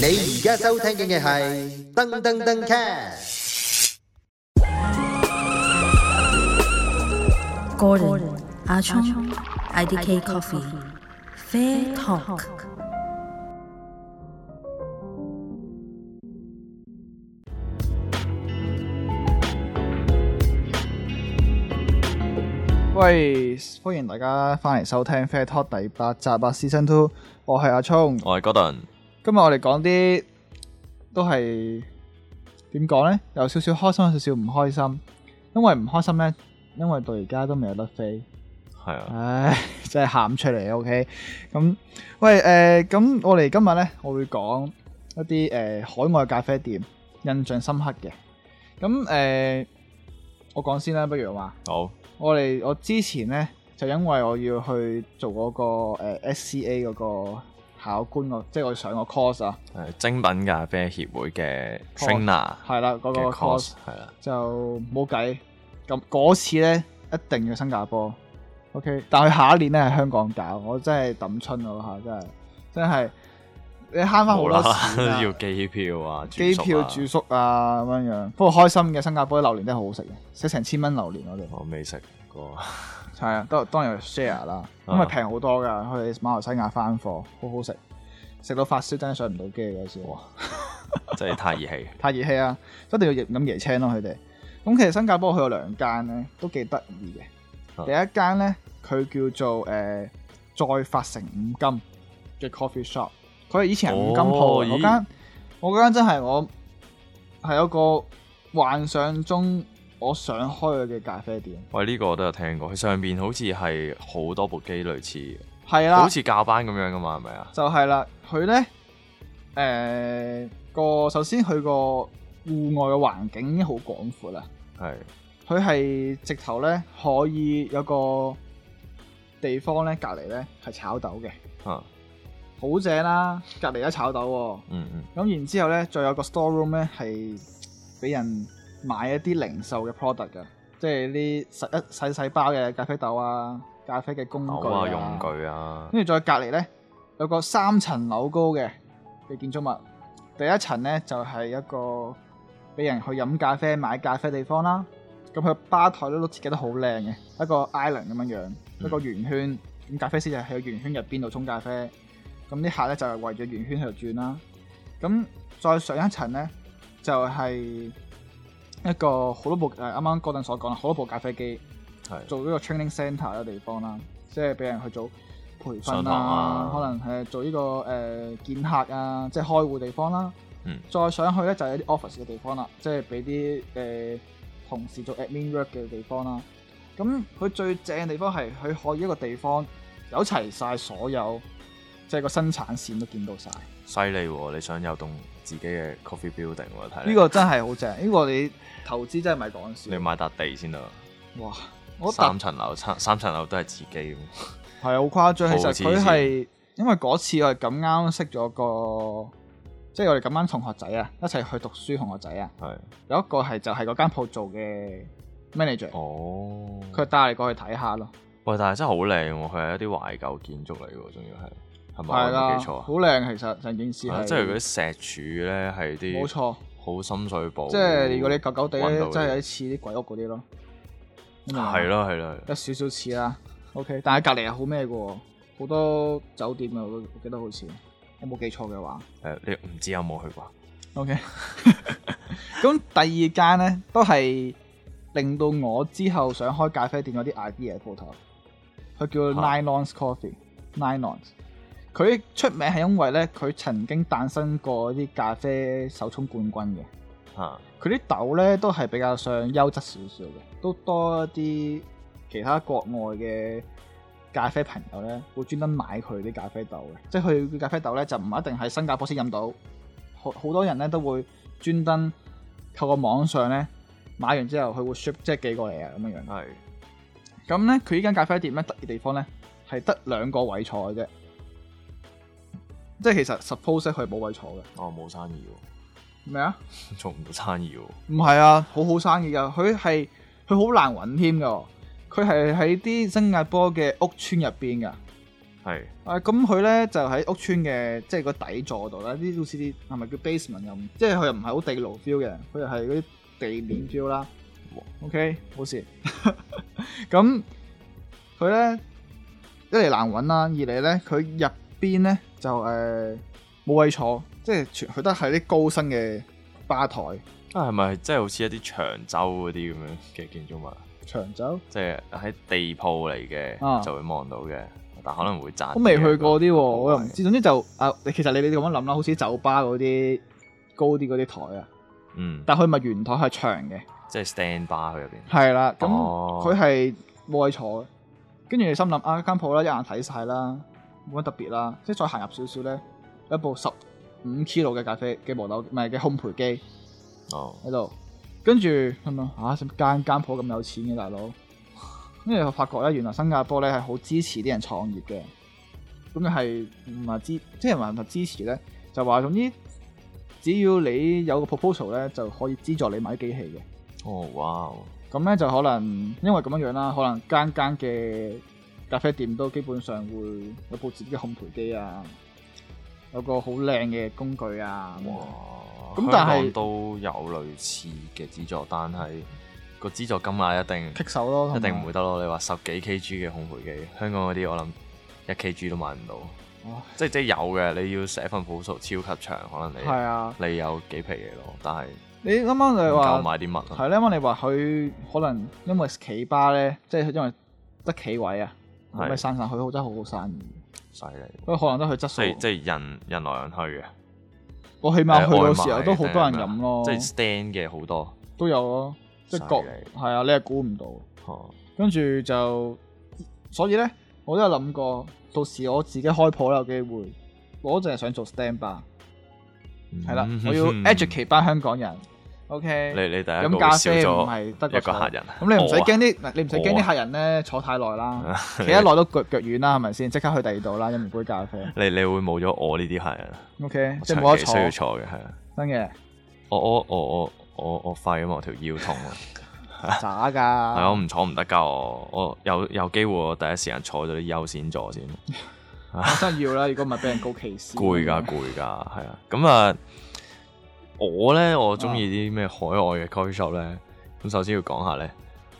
你而家收聽嘅係噔噔噔 cast。 Gordon 阿聰 IDK Coffee Fair Talk。喂，歡迎大家翻嚟收聽 Fair Talk 第八集啊，Season Two，我係阿聰。我係 Gordon，今日我哋講啲都係點講呢？有少少開心，有少少唔開心。因為唔開心呢，因為到而家都未有得飛，係啊，唉， 真係喊出嚟。OK，咁喂誒，咁、我哋今日呢，我會講一啲誒、呃海外咖啡店印象深刻嘅。咁誒、呃我講先啦，不如話。好，我哋我之前咧就因為我要去做嗰、個、呃、SCA 嗰個考官個，即係我上個 course 啊，誒精品咖啡協會嘅 Course trainer 係啦嗰個 course 嘅 course 係啊啦，就冇計。咁嗰次咧一定要新加坡，OK。但佢下一年咧喺香港搞，我真係抌春嗰下，真係真係你慳翻好冇啦多啦錢啊 要機票啊，住宿機啊票住，宿啊咁樣樣。不過開心嘅新加坡啲榴蓮真係好好食嘅，食成千蚊榴蓮我哋。我未食過， 係啊，當當然有 share 啦，咁啊咪平好多噶。去馬來西亞翻貨，好好食，食到發燒真係上唔到機有時，真係太熱氣，太熱氣啊！一定要飲椰青咯，佢哋。咁其實新加坡去有兩間咧，都幾得意嘅。啊第一間咧，佢叫做誒、呃再發成五金嘅 coffee shop，佢係以前係五金鋪哦嚟嗰咦間，我嗰間真係我係有個幻想中我想開嘅咖啡店，喂呢個我都有聽過，佢上邊好似係好多部機類似，係啦好。似教班咁樣噶嘛，係咪啊？就係啦，佢咧誒個首先佢個戶外嘅環境已經好廣闊啦，係佢係直頭咧可以有個地方咧隔離咧係炒豆嘅，啊，好正啦！隔離有炒豆嗯嗯，喎，咁然之後咧再有個 store room 咧係俾人買一啲零售嘅 product 嘅，即係啲細一細細包嘅咖啡豆啊、咖啡嘅工牛具啊用具啊，跟住再隔離咧有個三層樓高嘅嘅建築物，第一層咧就係、一個俾人去飲咖啡、買咖啡地方啦。咁佢吧台咧都設計得好靚嘅，一個 island 咁樣樣，一個圓圈。咁咖啡師就喺個圓圈入邊度沖咖啡，咁啲客咧就係圍住圓圈喺度轉啦。咁再上一層咧就係、一個好多部誒啱啱嗰陣所講啦，好多部咖啡機。係做呢個 training centre 嘅地方啦，即係俾人去做培訓上啦，堂啊可能係做呢、個誒、呃見客啊，即係開會地方啦。嗯再上去咧就係、一啲 office 嘅地方啦，即係俾啲誒同事做 admin work 嘅地方啦。咁佢最正嘅地方係佢可以一個地方有齊晒所有，即係個生產線都見到晒。犀利喎！你想有棟自己嘅 coffee building 喎，睇嚟呢個真係好正，呢、個你投資真係唔係講你笑。買笪地先得，哇！我特三層樓三三層樓都係自己咁，係啊好誇張，其好實黐佢線係因為嗰次我哋咁啱識咗個，即係我哋咁啱同學仔啊，一齊去讀書同學仔啊，係有一個係就係嗰間鋪做嘅 manager，哦，佢帶你過去睇下咯，喂，但係真係好靚喎，佢係一啲懷舊建築嚟嘅喎，仲要係係咪係我啦，冇記好錯啊？靚其實成件事係啊係，即係嗰啲石柱咧，係啲冇錯，好深水埗。即係如果你舊舊地咧，搵到嘅真係有啲似啲鬼屋嗰啲咯，你明唔明啊係，咯係咯，係咯有少少似啦，OK，但係隔離係好咩嘅喎，好多酒店啊，我我記得好似，我冇記錯嘅話。誒你唔知有冇去過？ OK，咁第二間呢，都係令到我之後想開咖啡店嗰啲 idea 嘅鋪頭，佢叫嚇 Nylons Coffee。Nylons，佢出名係因為呢，佢曾經誕生過啲咖啡手沖冠軍嘅。嚇佢啲豆呢，都係比較上優質少少嘅，都多一啲其他國外嘅咖啡朋友呢，會專登買佢啲咖啡豆嘅，即係佢嘅咖啡豆呢，就唔一定係新加坡先飲到，好好多人呢，都會專登透過網上呢，買完之後，佢會 ship 即係寄過嚟啊咁樣樣。係咁呢，佢呢間咖啡店呢，得意地方呢，係得兩個位坐嘅啫，即係其實 suppose 呢佢係冇位坐嘅我哦冇生意咩啊？喎，做唔到生意喎。唔係啊，好好生意噶，佢係佢好難揾添噶，佢係喺啲新加坡嘅屋村入邊噶，係啊，咁佢咧就喺屋村嘅，即係個底座度啦。啲好似啲係咪叫 basement 又唔，即係佢又唔係好地牢 feel 嘅，佢又係嗰啲地面 feel 啦。OK，冇事。 咁佢咧一嚟難揾啦，二嚟咧佢入邊咧就誒冇位坐，即係全佢都係啲高身嘅吧台啊，係咪真係好似一啲長洲嗰啲咁樣嘅建築物？啊長洲。即係喺地鋪嚟啊嘅，就會望到嘅，但可能會窄啲嘅。我未去過啲喎，我又唔啊係。知。總之就啊，你其實你你哋咁樣諗啦，好似酒吧嗰啲高啲嗰啲台啊，嗯，但佢咪圓台係長嘅。即係 stand bar 佢入邊。係啦，咁哦佢係冇位坐嘅，跟住你心諗啊間鋪啦，一眼睇晒啦，冇乜特別啦，即係再行入少少咧，有一部十五 kilo 嘅咖啡嘅磨豆，唔係嘅烘焙機哦，喺度，跟住咁啊嚇，使乜間間鋪咁有錢嘅大佬？跟住我發覺咧，原來新加坡咧係好支持啲人創業嘅，咁就係唔係支，即係唔係支持咧，就話總之只要你有個 proposal 咧，就可以資助你買機器嘅。哦，哇！咁咧就可能因為咁樣樣啦，可能間間嘅咖啡店都基本上會有部自己嘅烘焙機啊，有個好靚嘅工具啊。哇！咁但係香港都有類似嘅資助，但係個資助金額一定棘手咯，一定唔會。會得咯。你話十幾 kg 嘅烘焙機，香港嗰啲我諗一 kg 都買唔到。唉即係即係有嘅，你要寫份報數超級長，可能你係啊，你有幾皮嘢咯，但係你啱啱唔你夠話買啲乜係啊？咧，啱啱你話佢可能因為企巴咧，即係因為得企位啊，咁係咪散散去好真係好好生意。犀利，不過可能都係質即係素，即係人人來人去嘅。我起啊碼去誒外到賣時候都好多人定係咩啊飲咯即，係 stand 嘅好多。都有咯，即係各犀利係啊，你係估唔到。哦，跟住就，所以咧，我都有諗過，到時我自己開鋪有機會，我淨係想做 stand bar，係嗯啦，我 要 educate 班香港人你，OK，你第一飲個咖會少啡唔咗係得一個坐客人，啊咁你唔使驚啲啲，嗱你唔使驚我啲啊客人咧坐太耐 啦，企得耐都腳腳軟啦，係咪先？即刻去第二度啦，飲完杯咖啡你你會冇咗我呢啲客人， ，OK，我即係長冇得期坐，需要坐嘅係啊。真嘅， 我我我我我我肺啊嘛，我條腰痛 啊，渣係啊我㗎，唔坐唔得㗎，我我有有機會我第一時間坐咗啲優先座先。我真係要啦，如果唔係俾人告歧視，攰噶，攰噶，係啊。咁啊，我咧我中意啲咩海外嘅 coffee shop 咧。咁首先要講下咧，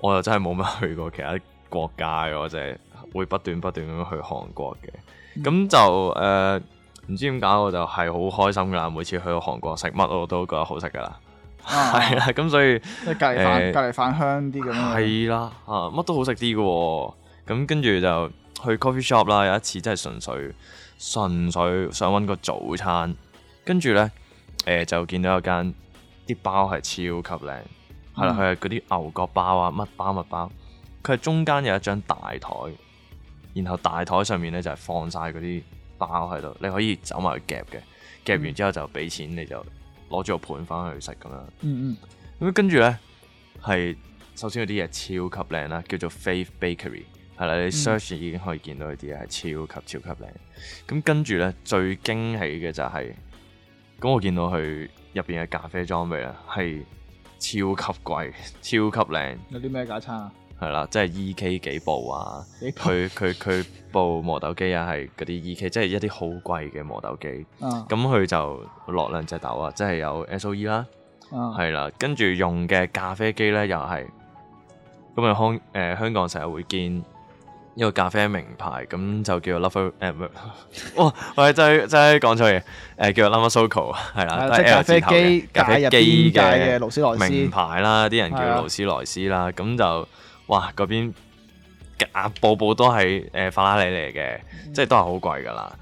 我又真係冇乜去過其他國家嘅，我就係會不斷不斷咁樣去韓國嘅。咁就誒，呃唔、知點解我就係好開心噶啦，每次去到韓國食乜我都覺得好食噶啦。 係係啦，咁所以。啊即係隔離飯誒隔離飯香啲咁樣，係啦，啊乜都好食啲嘅喎。咁跟住就去 coffee shop 啦。有一次真係純粹純粹想揾個早餐，跟住呢，誒、就見到有間啲包係超級靚，係嗯啦，佢係嗰啲牛角包啊，乜包乜包。佢係中間有一張大台，然後大台上面呢就係、放晒嗰啲包喺度，你可以走埋去夾嘅，夾嗯完之後就俾錢，你就攞住個盤翻去食咁樣。嗯嗯，咁跟住咧係首先嗰啲嘢超級靚啦，叫做 Faith Bakery 係嗯啦，你 search 已經可以見到佢啲嘢係超級超級靚。咁跟住咧最驚喜嘅就係、咁我見到佢入邊嘅咖啡裝備咧啊係超級貴、 超級靚，有啲咩架餐啊？係啦，即係 E.K 幾部啊，幾部佢佢佢部磨豆機啊係嗰啲 E.K，即係一啲好貴嘅磨豆機。啊咁佢就落兩隻豆啊，即係有 S.O.E 啦。啊，係啦，跟住用嘅咖啡機咧又係，咁啊香誒香港成日會見一個咖啡名牌，咁就叫 Lover 誒唔係， 哇，我係真係真係講錯嘢，誒叫 Lover Soco 係啦，係啊即都係咖啡係 L 字頭嘅機咖啡界入邊機界嘅勞斯萊斯名牌啦，啲人叫係啊勞斯萊斯啦，咁就哇嗰邊夾步步都係誒法拉利嚟嘅，即係都係好貴噶啦。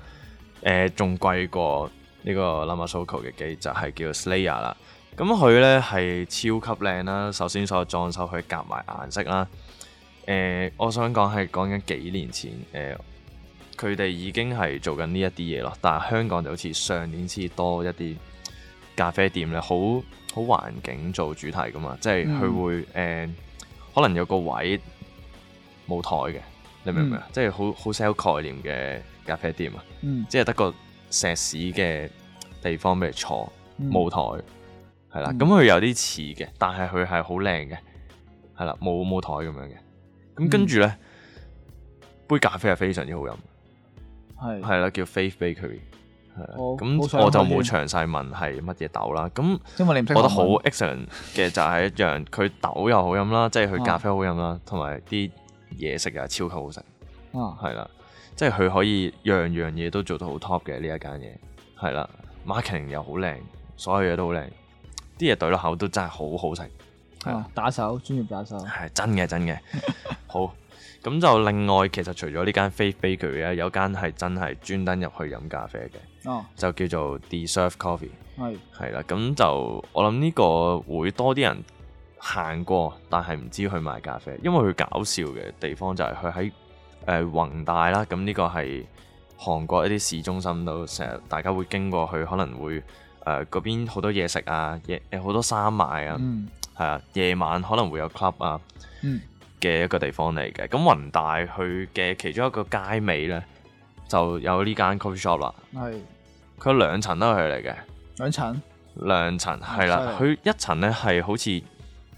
誒仲貴過呢個 Lama Soco 嘅機，就係叫 Slayer 啦。咁佢咧係超級靚啦，首先所有裝修佢夾埋顏色啦。誒、我想講係講緊幾年前，誒、佢哋已經係做緊呢一啲嘢咯。但係香港就好似上年先多一啲咖啡店咧，好好環境做主題噶嘛，即係佢嗯會誒、可能有個位冇台嘅，你明唔明啊？即係好好 sell 概念嘅咖啡店啊！嗯，即係得個石屎嘅地方俾你坐，嗯冇台係啦。嗯咁佢有啲似嘅，但係佢係好靚嘅，係啦，嗯冇冇台咁樣嘅。咁跟住咧，杯咖啡係非常之好飲，係係啦，叫 Faith Bakery。係啦好哦好想嗯咁我就冇去詳細問係乜嘢豆啦。咁因為你唔識我覺韓得好文 excellent 嘅就係一樣，佢豆又好飲啦，即係佢咖啡好飲啦，同埋啲嘢食又係超級好食，啊，係啦，即係佢可以樣樣嘢都做到好 top 嘅呢一間嘢，係啦，marketing 又好靚，所有嘢都好靚，啲嘢對落口都真係好好食，係啦啊打手專業打手，係真嘅真嘅。好，咁就另外其實除咗呢間 Faith Bakery 咧，有間係真係專登入去飲咖啡嘅，哦就叫做 Deserve Coffee。係係啦，咁就我諗呢個會多啲人行過，但係唔知去買咖啡，因為佢搞笑嘅地方就係佢喺誒宏大啦，咁呢個係韓國一啲市中心度，成日大家會經過佢，可能會誒嗰、邊好多嘢食啊，夜誒好多衫賣啊，嗯係啊、夜晚可能會有 club 啊嗯嘅一個地方嚟嘅。咁宏大佢嘅其中一個街尾呢，就有呢間 coffee shop 啦，係佢有兩層都係佢嚟嘅。兩層兩層係啦，犀佢一層咧係好似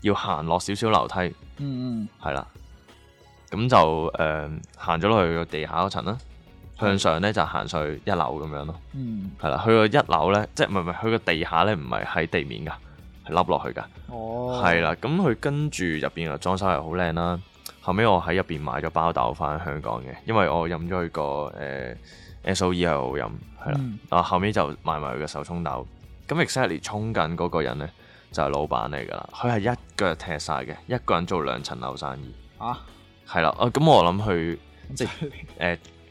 要行落少少樓梯，係嗯嗯啦，咁就誒行咗落去個地下嗰層啦，向上咧就行上去一樓咁樣咯，嗯係啦，佢個一樓咧即係唔係唔係佢個地下咧唔係喺地面噶，係凹落去噶，哦係啦，咁佢跟住入邊嘅裝修又好靚啦，後尾我喺入邊買咗包豆翻香港嘅，因為我飲咗佢個誒 S O E 係好飲，係啦。嗯啊，後尾就買埋佢嘅手沖豆。咁 exactly 沖緊嗰個人呢，就係、老闆嚟㗎啦，佢係一腳踢晒嘅，一個人做兩層樓生意。 啊係啦，啊咁我諗佢咁即係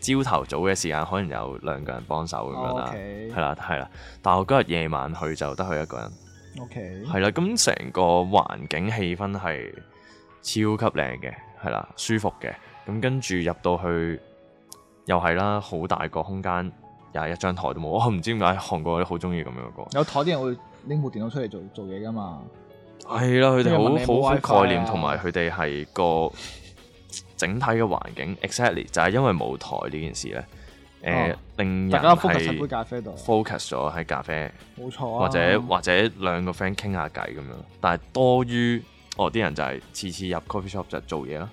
犀利誒朝頭早嘅時間可能有兩個人幫手咁樣哦啦， ，OK 係啦係啦。但係我嗰日夜晚去就得佢一個人， OK 係啦。咁成個環境氣氛係超級靚嘅，係啦，舒服嘅。咁跟住入到去又係啦，好大個空間，又係一張台都冇。我唔知點解韓國人好中意咁樣嘅歌。有台啲人會拎部電腦出嚟做做嘢噶嘛，係啦，佢哋因為問你好好冇好 WiFi 概念，啊同埋佢哋係個整體嘅環境，exactly 就係因為舞台呢件事咧，誒、哦令人大家 focus 喺杯嗯係咖啡度，啊 focus 咗喺咖啡，冇錯啊，或者或者兩個 friend 傾下偈咁樣，但係多於哦啲人就係次次入 coffee shop 就做嘢啦，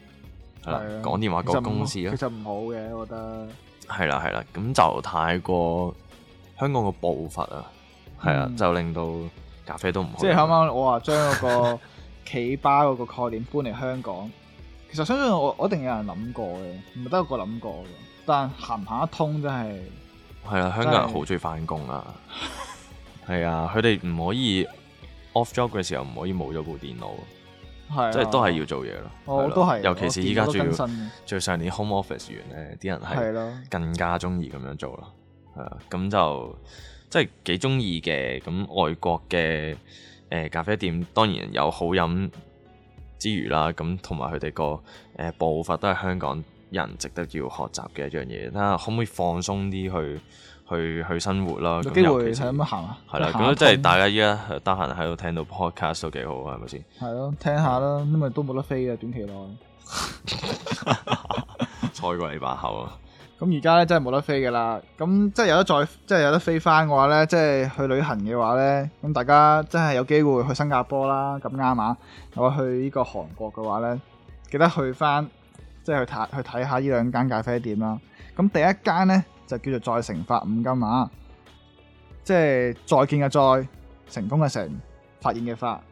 係啦，係啊講電話其實講唔公啊事啦其，實唔好嘅，我覺得係啦係啦，咁就太過香港個步伐啊，係啊，嗯就令到咖啡都唔好飲，即係啱啱我話將嗰個 企巴嗰個概念搬嚟香港，其實相信我我一定有人諗過嘅，唔係得一個諗過嘅，但行唔行得通真係係啊，香港人好中意翻工啊，係啊，佢哋唔可以 off job 嘅時候唔可以冇咗部電腦，係啊哦即係都係要做嘢咯。我係咯都係尤其是依家我仲見到都要更新嘅最上年 home office 完咧，啲人係係咯，更加中意咁樣做啦。係啊，咁就即係幾中意嘅。咁外國嘅誒、呃咖啡店當然有好飲之餘啦，咁同埋佢哋個誒步伐都係香港人值得要學習嘅一樣嘢。睇下可唔可以放鬆啲去去去生活啦。有咁機尤會其是係咁樣行啊，係啦，行得咁即係通大家依家得閒喺度聽到 podcast 都幾好，啊係咪先？係咯，聽哎下啦，因為都冇得飛嘅短期內。賽過你把口啊！咁而家咧真係冇得飛嘅啦，咁即係有得再即係有得飛翻嘅話咧，即係去旅行嘅話咧，咁大家真係有機會去新加坡啦，咁啱啊！我去呢個韓國嘅話咧，記得去翻即係去睇去睇下呢兩間咖啡店啦。咁第一間咧就叫做再成發五金啊，即係再見嘅再，成功嘅成，發現嘅發，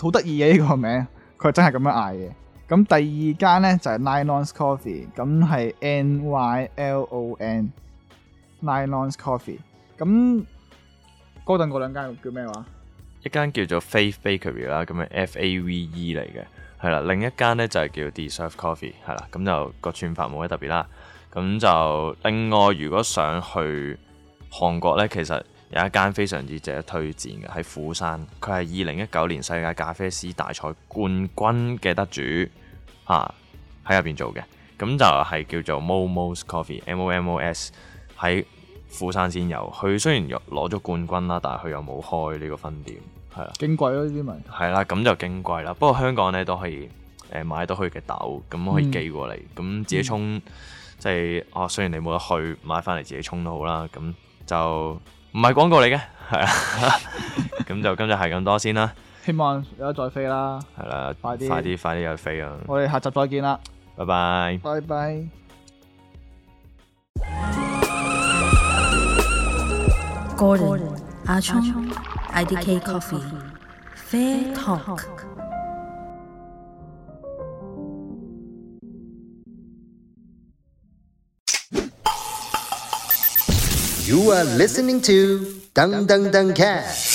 好得意嘅呢個名，佢係真係咁樣嗌嘅。咁第二間咧就係、Nylons Coffee，咁係 N Y L O N Nylons Coffee。咁高登嗰兩間叫咩話？一間叫做 Faith Bakery 啦，咁樣啊 F A V E 嚟嘅，係啦。另一間咧就係叫 Deserve Coffee，係啦。咁就個串法冇咩特別啦。咁就另外，如果想去韓國咧，其實有一間非常之值得推薦嘅，喺釜山。佢係二零一九年世界咖啡師大賽冠軍嘅得主嚇喺入邊做嘅。咁就係叫做 Momos Coffee，M O M O S 喺釜山先有。佢雖然有攞咗冠軍啦，但係佢又冇開呢個分店，係啦。矜貴咯，呢啲咪係啦，咁就矜貴啦。不過香港咧都可以誒、呃、買到佢嘅豆，咁可以寄過嚟，咁、嗯自己沖，即係哦。雖然你冇得去買翻嚟自己沖都好啦，咁就唔係廣告嚟嘅，係啊。咁就今日係咁多先啦，希望有得再飛啦。係啦，快啲快啲，快啲去飛啊！我哋下集再見啦，拜拜。拜拜。 Gordon, Achong, IDK Coffee, Fair Talk. You are listening to Dung Dung Dung Cat.